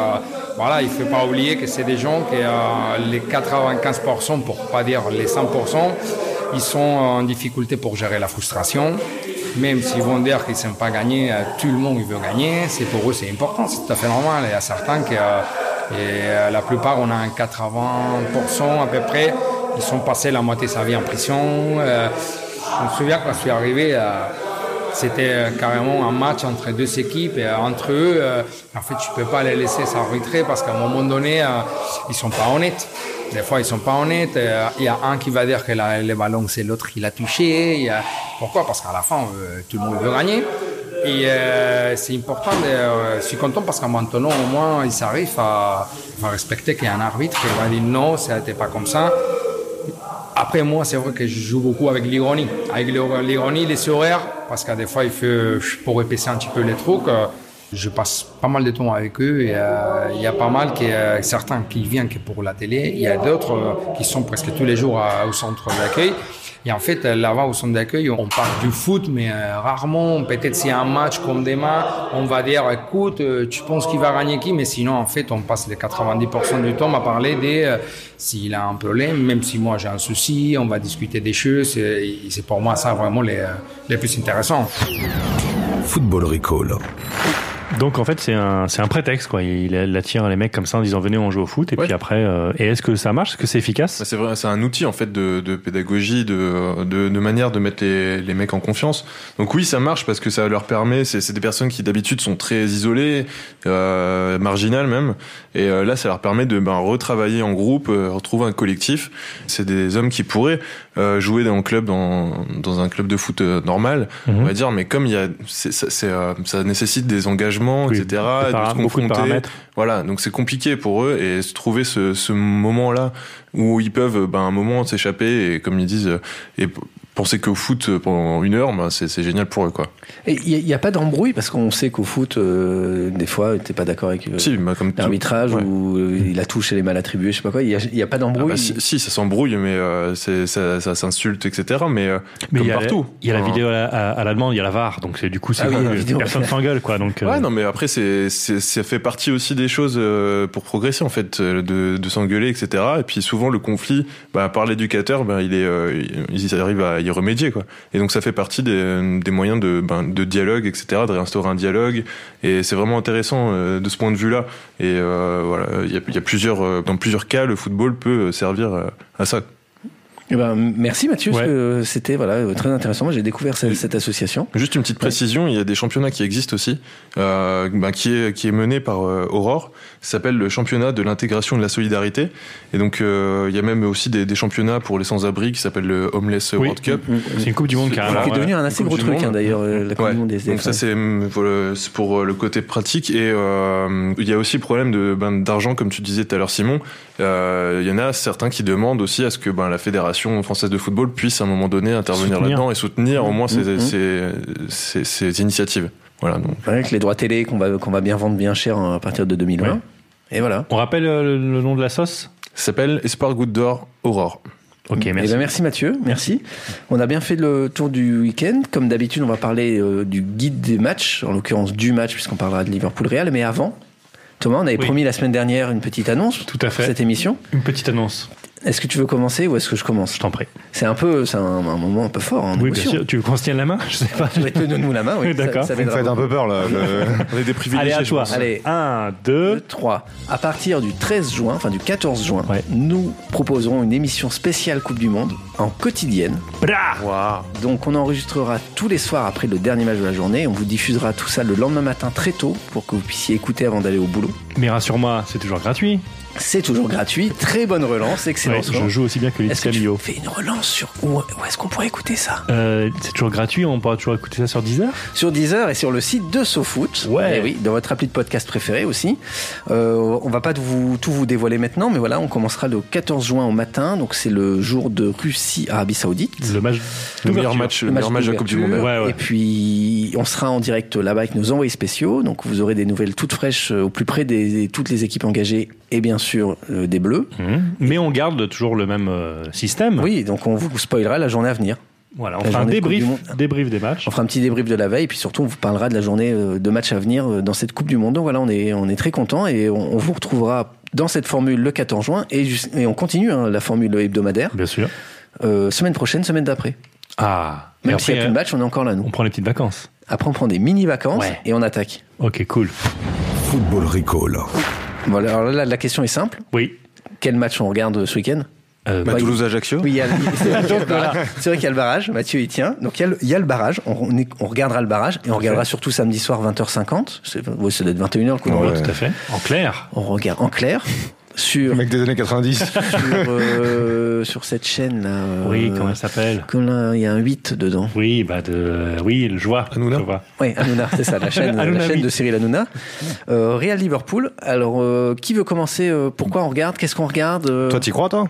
voilà, il ne faut pas oublier que c'est des gens qui, euh, les 95%, pour pas dire les 100%, ils sont en difficulté pour gérer la frustration. Même s'ils vont dire qu'ils ne savent pas gagner, euh, tout le monde il veut gagner. C'est pour eux, c'est important, c'est tout à fait normal. Il y a certains qui, euh, et euh, la plupart, on a un 80% à peu près. Ils sont passés la moitié de sa vie en prison. Euh, je me souviens quand je suis arrivé, euh, c'était euh, carrément un match entre deux équipes. Et, euh, entre eux, euh, en fait, tu peux pas les laisser s'arbitrer parce qu'à un moment donné, euh, ils sont pas honnêtes. Des fois, ils sont pas honnêtes. Euh, Il y a un qui va dire que la- le ballon, c'est l'autre qui l'a touché. Il y a- Pourquoi Parce qu'à la fin, euh, tout le monde veut gagner. Et euh, c'est important, de- euh, je suis content parce qu'en maintenant, au moins, ils arrivent à, à respecter qu'il y a un arbitre qui va dire non, ça n'était pas comme ça. Après, moi, c'est vrai que je joue beaucoup avec l'ironie. Avec l'ir- l'ironie, les sourires, parce que des fois, il faut, pour épaisser un petit peu les trucs, euh, je passe pas mal de temps avec eux et euh, il y a pas mal qui, euh, certains qui viennent que pour la télé, il y a d'autres euh, qui sont presque tous les jours à- au centre d'accueil. Et en fait, euh, là-bas, au centre d'accueil, on parle du foot, mais euh, rarement. Peut-être s'il y a un match comme demain, on va dire, écoute, euh, tu penses qu'il va gagner qui Mais sinon, en fait, on passe les 90% du temps à parler des euh, s'il a un problème, même si moi j'ai un souci, on va discuter des choses. Et c'est pour moi ça vraiment les, euh, les plus intéressants. Football Recall. Donc en fait c'est un c'est un prétexte quoi. Il, il attire les mecs comme ça en disant venez on joue au foot et puis après euh, et est-ce que ça marche est-ce que c'est efficace Bah, C'est vrai, c'est un outil en fait de, de pédagogie, de, de, de manière de mettre les, les mecs en confiance. Donc oui, ça marche parce que ça leur permet. C'est c'est des personnes qui d'habitude sont très isolées, euh, marginales même, et euh, là ça leur permet de ben, retravailler en groupe, euh, retrouver un collectif. C'est des hommes qui pourraient euh, jouer dans un club, dans, dans un club de foot euh, normal, Mhm. on va dire, mais comme il y a, c'est- ça, c'est, euh, ça nécessite des engagements, Oui, etc. des de param- se beaucoup de confronter. paramètres. Voilà, donc c'est compliqué pour eux et se trouver ce, ce moment-là où ils peuvent, euh, ben, un moment s'échapper et comme ils disent, euh, et p- penser qu'au foot euh, pendant une heure, ben, c'est c'est génial pour eux, quoi. Et Il n'y a, pas d'embrouille parce qu'on sait qu'au foot, euh, des fois, t'es pas d'accord avec euh, Si, bah, comme tout- l'arbitrage ou euh, la touche elle est mal attribuée, je sais pas quoi. Il n'y a, il y a pas Ah d'embrouille. bah, si, si, ça s'embrouille, mais euh, c'est- ça, ça s'insulte, etc. Mais, euh, Mais comme il y a, partout. il y a la Enfin, vidéo à la, à- à la demande, il y a la VAR, donc c'est du coup c'est Ah oui, il y a la euh, vidéo. personne s'engueule quoi. Donc euh, Ouais, non, mais après, c'est, c'est, ça fait partie aussi des choses euh, pour progresser, en fait, euh, de, de s'engueuler, etc. Et puis souvent, le conflit, bah, par l'éducateur, bah, il est, euh, il- ils arrivent à y remédier, quoi. Et donc, ça fait partie des, des moyens de, ben, de dialogue, etc., de réinstaurer un dialogue. Et c'est vraiment intéressant euh, de ce point de vue-là. Et euh, voilà, il y a, il y a plusieurs, euh, dans plusieurs cas, le football peut servir euh, à ça. Eh ben, merci Mathieu, parce que c'était voilà, euh, très intéressant. Moi, j'ai découvert ce- cette, association. Juste une petite précision, il y a des championnats qui existent aussi, euh, ben, qui, est, qui est mené par euh, Aurore, ça s'appelle le championnat de l'intégration et de la solidarité. Et donc euh, il y a même aussi des, des championnats pour les sans-abri qui s'appelle le Homeless World Cup. C'est une Coupe du Monde C'est- carrément. qui est ouais. devenue un assez C'est gros du truc monde. hein, d'ailleurs, euh, la Coupe du Monde des Donc SDF. ça c'est euh, voilà, c'est pour euh, le côté pratique et euh, il y a aussi problème de ben, d'argent comme tu disais tout à l'heure Simon. Euh, Il y en a certains qui demandent aussi à ce que ben, la fédération française de football puisse à un moment donné intervenir Soutenir. là-dedans et soutenir au moins ces, Mhm. ces- ces- ces initiatives. Voilà donc. Avec les droits télé qu'on va, qu'on va bien vendre bien cher hein, à partir de 2020. Ouais. Et voilà. On rappelle euh, le, le nom de la sauce Ça s'appelle Espoir Goutte d'Or Aurore. Ok, Eh ben, merci. merci. Mathieu, merci. On a bien fait le tour du week-end. Comme d'habitude, on va parler euh, du guide des matchs, en l'occurrence du match, puisqu'on parlera de Liverpool-Real. Mais avant, Thomas, on avait promis la semaine dernière une petite annonce Tout à fait. cette émission. Une petite annonce. Est-ce que tu veux commencer ou est-ce que je commence Je t'en prie. C'est un peu, c'est un, un moment un peu fort. en Oui, bien émotion. sûr. Tu veux qu'on se tienne la main Je sais pas. Ouais, Donne-nous la main, oui. D'accord. Ça- ça m'aidera beaucoup. On est des Allez, à toi. Allez. 1, 2, 3. À partir du 13 juin, enfin du 14 juin, nous proposerons une émission spéciale Coupe du Monde en quotidienne. Donc on enregistrera tous les soirs après le dernier match de la journée. On vous diffusera tout ça le lendemain matin très tôt pour que vous puissiez écouter avant d'aller au boulot. Mais rassure-moi, c'est toujours gratuit. C'est toujours gratuit. Très bonne relance, excellent. Ouais, je joue aussi bien que les Est-ce que tu Camillo. fais une relance sur où, où est-ce qu'on pourrait écouter ça Euh, c'est toujours gratuit, on pourra toujours écouter ça sur 10 heures. sur Deezer et sur le site de SoFoot. Ouais. oui, dans votre appli de podcast préféré aussi. Euh, on va pas tout vous, tout vous dévoiler maintenant, mais voilà, on commencera le 14 juin au matin, donc c'est le jour de Russie-Arabie Saoudite. Le match, Le meilleur match, le meilleur match de la Coupe du Monde. d'ouverture. Et puis, on sera en direct là-bas avec nos envoyés spéciaux, donc vous aurez des nouvelles toutes fraîches euh, au plus près des, des- toutes les équipes engagées et bien sûr euh, des Bleus. Mais on garde toujours le même euh, système. Oui, donc on vous spoilera la journée à venir. Voilà, on La fait un journée de Coupe débrief, du Monde. débrief des matchs. On fera un petit débrief de la veille, puis surtout on vous parlera de la journée euh, de match à venir euh, dans cette Coupe du Monde. Donc voilà, on est, on est très content et on, on vous retrouvera dans cette formule le 14 juin et, jus- et on continue hein, la formule hebdomadaire. euh, Bien sûr. semaine prochaine, semaine d'après. Ah, Même Et s'il n'y a après, plus de match, on est encore là, nous. On prend les petites vacances. Après, on prend des mini-vacances Ouais. et on attaque. Ok, cool. Football Recall. Voilà, alors là, la question est simple. Oui. Quel match on regarde ce week-end Bah, Bah, il- Toulouse-Ajaccio Oui, il y a- c'est vrai qu'il y a le Donc, voilà. barrage. C'est vrai qu'il y a le barrage, Mathieu y tient. Donc il y a le, il y a le barrage, on, on est- on regardera le barrage et on regardera surtout samedi soir 20h50. C'est, ouais, ça doit être 21h le coup Ouais, d'envoi. tout à fait. En clair. On regarde en clair sur, Mec des années 90. sur, euh, sur cette chaîne là. euh, Oui, comment elle s'appelle comme là, il y a un 8 dedans. Oui, bah de, oui, je vois. Je vois. Oui, Hanouna, c'est ça, la chaîne, la Hanouna chaîne 8. de Cyril Hanouna. Euh, Real Liverpool. Alors, euh, qui veut commencer euh, Pourquoi on regarde Qu'est-ce qu'on regarde euh, Toi, t'y crois, toi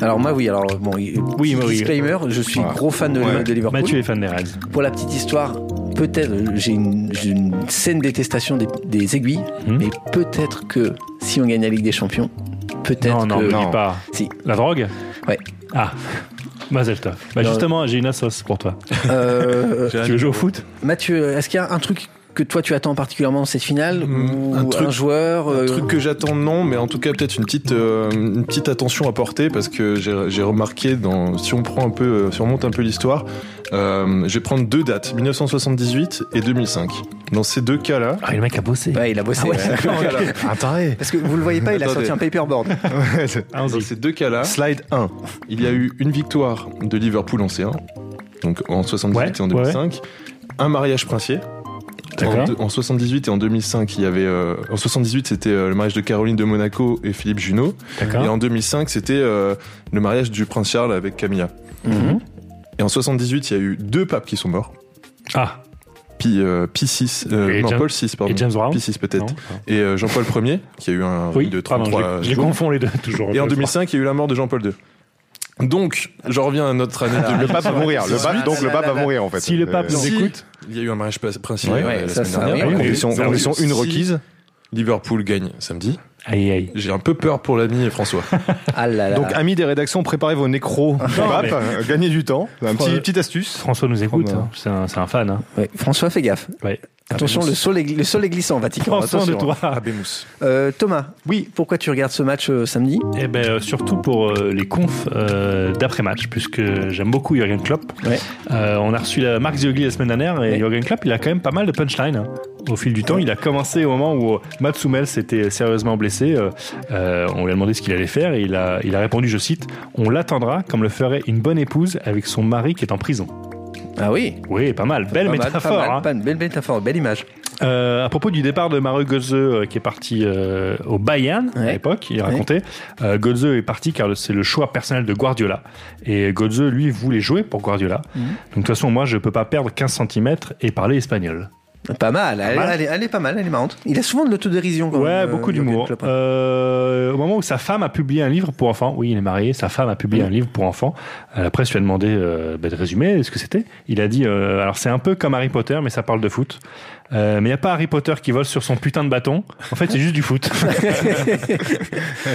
Alors moi oui, alors bon, oui, Oui, moi, oui. disclaimer, je suis Voilà. gros fan de, Ouais. de Liverpool. Mathieu est fan des Reds. Pour la petite histoire, peut-être j'ai une, j'ai une saine détestation des, des aiguilles, Hmm. mais peut-être que si on gagne la Ligue des Champions, peut-être Non, non, que n'oublie pas. Si. La drogue Ouais. Ah, Mazel Tov. Bah Non. justement, j'ai une assos pour toi. Euh, tu veux jouer au foot Mathieu, est-ce qu'il y a un truc que toi tu attends particulièrement dans cette finale ou un, joueur un euh, truc que j'attends non mais en tout cas peut-être une petite euh, une petite attention à porter parce que j'ai j'ai remarqué dans si on prend un peu euh, si on monte un peu l'histoire euh, je vais prendre deux dates 1978 et 2005 dans ces deux cas là Ah, le mec a bossé. Ouais, il a bossé. Ah ouais, ouais. d'accord, voilà. Parce que vous le voyez pas, il a Attendez. sorti un paperboard. dans ces deux cas là Slide 1. il y a eu une victoire de Liverpool en C1 donc en 78 et en Ouais, ouais. 2005 un mariage princier En, D'accord. de- en 78 et en 2005, il y avait. euh, en 78, c'était euh, le mariage de Caroline de Monaco et Philippe Junot. D'accord. Et en 2005, c'était euh, le mariage du prince Charles avec Camilla. Et en 78, il y a eu deux papes qui sont morts. Ah. Puis, euh, Pie VI, euh, Et non, James- Paul VI, pardon. et James Brown Pie VI, Non, peut-être. Et euh, Jean-Paul Ier, qui a eu un règne Oui, de pardon, 33 je, les- je les jours. confonds les deux toujours. Et en Je- 2005, il y a eu la mort de Jean-Paul II. Donc, je reviens à notre année de Le pape va mourir. Le pape, donc le pape va mourir, en fait. Si le pape Euh, nous si. écoute, Il y a eu un mariage pas- princier Ouais, euh, ouais, la ça, semaine ça, dernière. oui, oui, Condition- oui. condition une Si requise. Liverpool gagne samedi. Aïe, aïe. J'ai un peu peur pour l'ami François. Ah là là. Donc, amis des rédactions, préparez vos nécros du Non, pape, mais- euh, gagnez du temps. Un Fran- petit, petite astuce. François nous écoute, Prendre- hein. c'est un, c'est un fan. Hein. Ouais, François, fais gaffe. Ouais. Attention, le sol, est, le sol est glissant, Vatican. Prends soin ah, de attention. toi. Bémousse. Euh, Thomas, oui. pourquoi tu regardes ce match euh, samedi Eh ben, euh, surtout pour euh, les confs euh, d'après-match, puisque j'aime beaucoup Jürgen Klopp. Ouais. Euh, on a reçu la Marc Ziogli la semaine dernière et Ouais. Jürgen Klopp, il a quand même pas mal de punchline. hein. Au fil du temps, il a commencé au moment où euh, Mats Hummels s'était sérieusement blessé. euh, euh, on lui a demandé ce qu'il allait faire et il a, il a répondu, je cite, On l'attendra comme le ferait une bonne épouse avec son mari qui est en prison. Ah oui. Oui, pas mal. Belle Pas mal, métaphore. pas mal, hein. pas une belle métaphore, belle image. Euh, à propos du départ de Mario Götze euh, qui est parti euh, au Bayern à Ouais. l'époque, il Ouais. racontait euh, Götze est parti car le- c'est le choix personnel de Guardiola et Götze lui voulait jouer pour Guardiola. Mhm. Donc de toute façon moi je peux pas perdre 15 cm et parler espagnol. Pas mal, elle, mal. elle est, elle est pas mal, elle est marrante. Il a souvent de l'autodérision. quand Ouais, même, euh, beaucoup Jürgen d'humour. Klopp. Euh, au moment où sa femme a publié un livre pour enfants, oui, il est marié, sa femme a Mm. publié un livre pour enfants. Euh, La presse lui a demandé euh, bah, de résumer ce que c'était. Il a dit euh, alors c'est un peu comme Harry Potter, mais ça parle de foot. Euh, mais il n'y a pas Harry Potter qui vole sur son putain de bâton. En fait, c'est juste du foot. bien,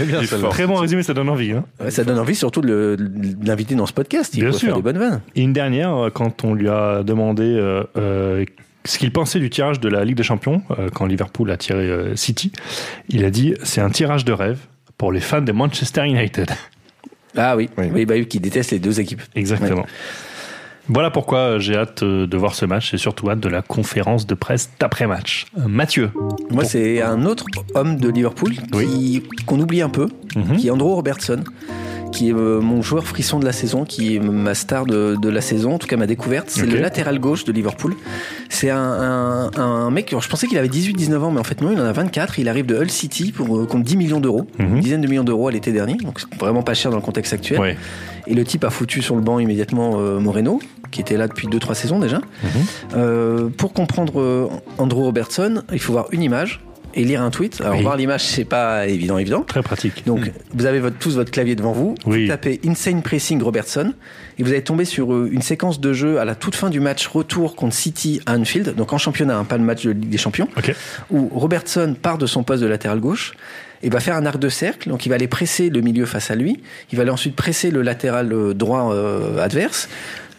Il est celle-là. Très bon résumé, ça donne envie. hein. Ouais, Ça donne envie surtout de le- de l'inviter dans ce podcast. Il Bien peut sûr. faire des bonnes vannes. Et une dernière, euh, quand on lui a demandé euh, euh, ce qu'il pensait du tirage de la Ligue des Champions, euh, quand Liverpool a tiré euh, City, il a dit c'est un tirage de rêve pour les fans de Manchester United. Ah oui, oui, bah oui, qui déteste les deux équipes. Exactement. Voilà pourquoi euh, j'ai hâte euh, de voir ce match et surtout hâte de la conférence de presse d'après-match. Euh, Mathieu. Moi, c'est un autre homme de Liverpool qui- qu'on oublie un peu, Mhm. qui est Andrew Robertson, qui est euh, mon joueur frisson de la saison, qui est ma star de, de la saison, en tout cas ma découverte. C'est Ok. le latéral gauche de Liverpool. C'est un, un- un mec, alors, je pensais qu'il avait 18-19 ans, mais en fait non, il en a 24. Il arrive de Hull City pour euh, compte 10 millions d'euros, une dizaine de millions d'euros à l'été dernier, donc c'est vraiment pas cher dans le contexte actuel. Mhm. Ouais. Et le type a foutu sur le banc immédiatement euh, Moreno, qui était là depuis 2-3 saisons déjà. Mhm. Euh, pour comprendre euh, Andrew Robertson, il faut voir une image et lire un tweet. Alors Oui. voir l'image, c'est pas évident, évident. Très pratique. Donc vous avez votre- tous votre clavier devant vous, Oui. vous tapez Insane Pressing Robertson et vous allez tomber sur euh, une séquence de jeu à la toute fin du match retour contre City à Anfield, donc en championnat, hein, pas le match de Ligue des Champions, Ok. où Robertson part de son poste de latéral gauche et va faire un arc de cercle, donc il va aller presser le milieu face à lui, il va aller ensuite presser le latéral euh, droit euh, adverse.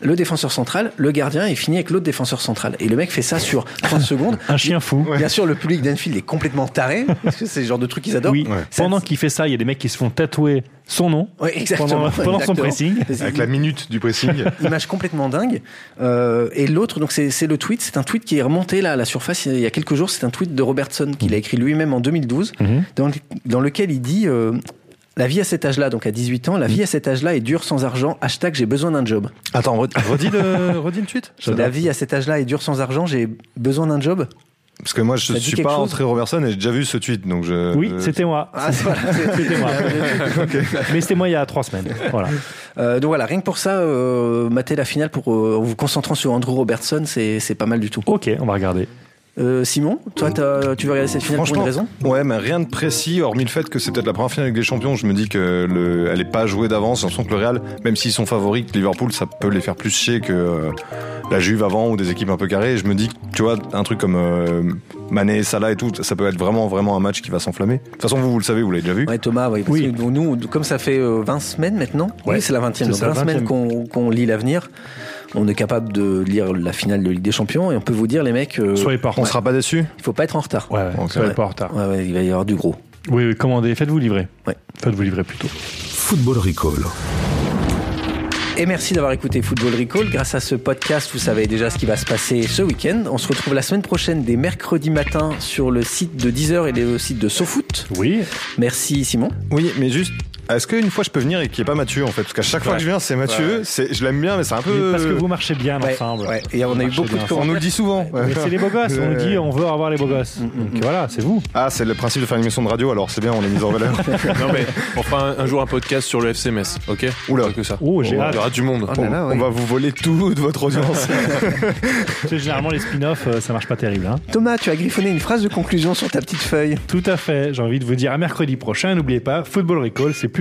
le défenseur central, le gardien et finit avec l'autre défenseur central. Et le mec fait ça sur 30 secondes. Un chien fou. Bien sûr, le public d'Anfield est complètement taré, parce que c'est le genre de truc qu'ils adorent. Oui. Pendant qu'il fait ça, il y a des mecs qui se font tatouer son nom Ouais, exactement. pendant, pendant son exactement. pressing. C'est- Avec la minute du pressing. Image complètement dingue. Euh, et l'autre, donc c'est c'est le tweet, c'est un tweet qui est remonté là à la surface il y a quelques jours, c'est un tweet de Robertson qu'il a écrit lui-même en 2012, dans, le- dans lequel il dit euh, La vie à cet âge-là, donc à 18 ans, la vie à cet âge-là est dure sans argent, hashtag j'ai besoin d'un job. Attends, redis le, redis le tweet. La vie à cet âge-là est dure sans argent, j'ai besoin d'un job Parce que moi, je Ça dit suis quelque pas chose entré Robertson et j'ai déjà vu ce tweet. Donc je, Oui, je- c'était moi. Ah, c'est- voilà, c'est- C'était moi. Ok. Mais c'était moi il y a trois semaines. Voilà. Euh, donc voilà, rien que pour ça, euh, matez la finale pour, euh, en vous concentrant sur Andrew Robertson, c'est c'est pas mal du tout. Ok, on va regarder. Euh, Simon, toi, t'as- tu veux regarder cette finale pour une raison Ouais, mais rien de précis, hormis le fait que c'est peut-être la première finale avec des champions. Je me dis que le, elle est pas jouée d'avance. J'ai l'impression que le Real, même s'ils sont favoris, que Liverpool, ça peut les faire plus chier que euh, la Juve avant ou des équipes un peu carrées. Et je me dis, que, tu vois, un truc comme euh, Mané, Salah et tout, ça peut être vraiment, vraiment un match qui va s'enflammer. De toute façon, vous, vous le savez, vous l'avez déjà vu. Ouais, Thomas, oui. Parce que nous, comme ça fait euh, 20 semaines maintenant, Ouais, oui, c'est la 20e, donc c'est la 20 semaines 20e. qu'on qu'on lit l'avenir, on est capable de lire la finale de Ligue des Champions et on peut vous dire, les mecs. euh, Soyez pas en On retard. sera pas déçus. Il faut pas être en retard. Ouais, ouais, Donc, soyez ouais. pas en retard. Ouais, ouais, il va y avoir du gros. Oui, oui, commandez, faites-vous livrer. Ouais. Faites-vous livrer plutôt. Football Recall. Et merci d'avoir écouté Football Recall. Grâce à ce podcast, vous savez déjà ce qui va se passer ce week-end. On se retrouve la semaine prochaine, dès mercredi matin, sur le site de Deezer et le site de SoFoot. Oui. Merci Simon. Oui, mais juste. Est-ce qu'une fois je peux venir et qu'il n'y ait pas Mathieu en fait Parce qu'à chaque fois Ouais. que je viens, c'est Mathieu. Ouais. c'est- Je l'aime bien, mais c'est un peu. Mais Parce que vous marchez bien Euh, Ouais, ensemble. ouais. Et on a eu marchez beaucoup bien de On nous commentaires. le dit souvent. Mais c'est les beaux gosses, on nous dit on veut avoir les beaux gosses. Donc voilà, c'est vous. Ah, c'est le principe de faire une émission de radio, alors c'est bien, on est mis en valeur. Non mais on fera un, un jour un podcast sur le FCMS, ok Oula. que ça. Oh, j'ai on hâte. verra du monde. Oh là là, ouais. On va vous voler toute votre audience. Tu sais, généralement, les spin-offs, euh, ça marche pas terrible. hein. Thomas, tu as griffonné une phrase de conclusion sur ta petite feuille. Tout à fait, j'ai envie de vous dire à mercredi prochain. N'oubliez pas, Football Recall, c'est plus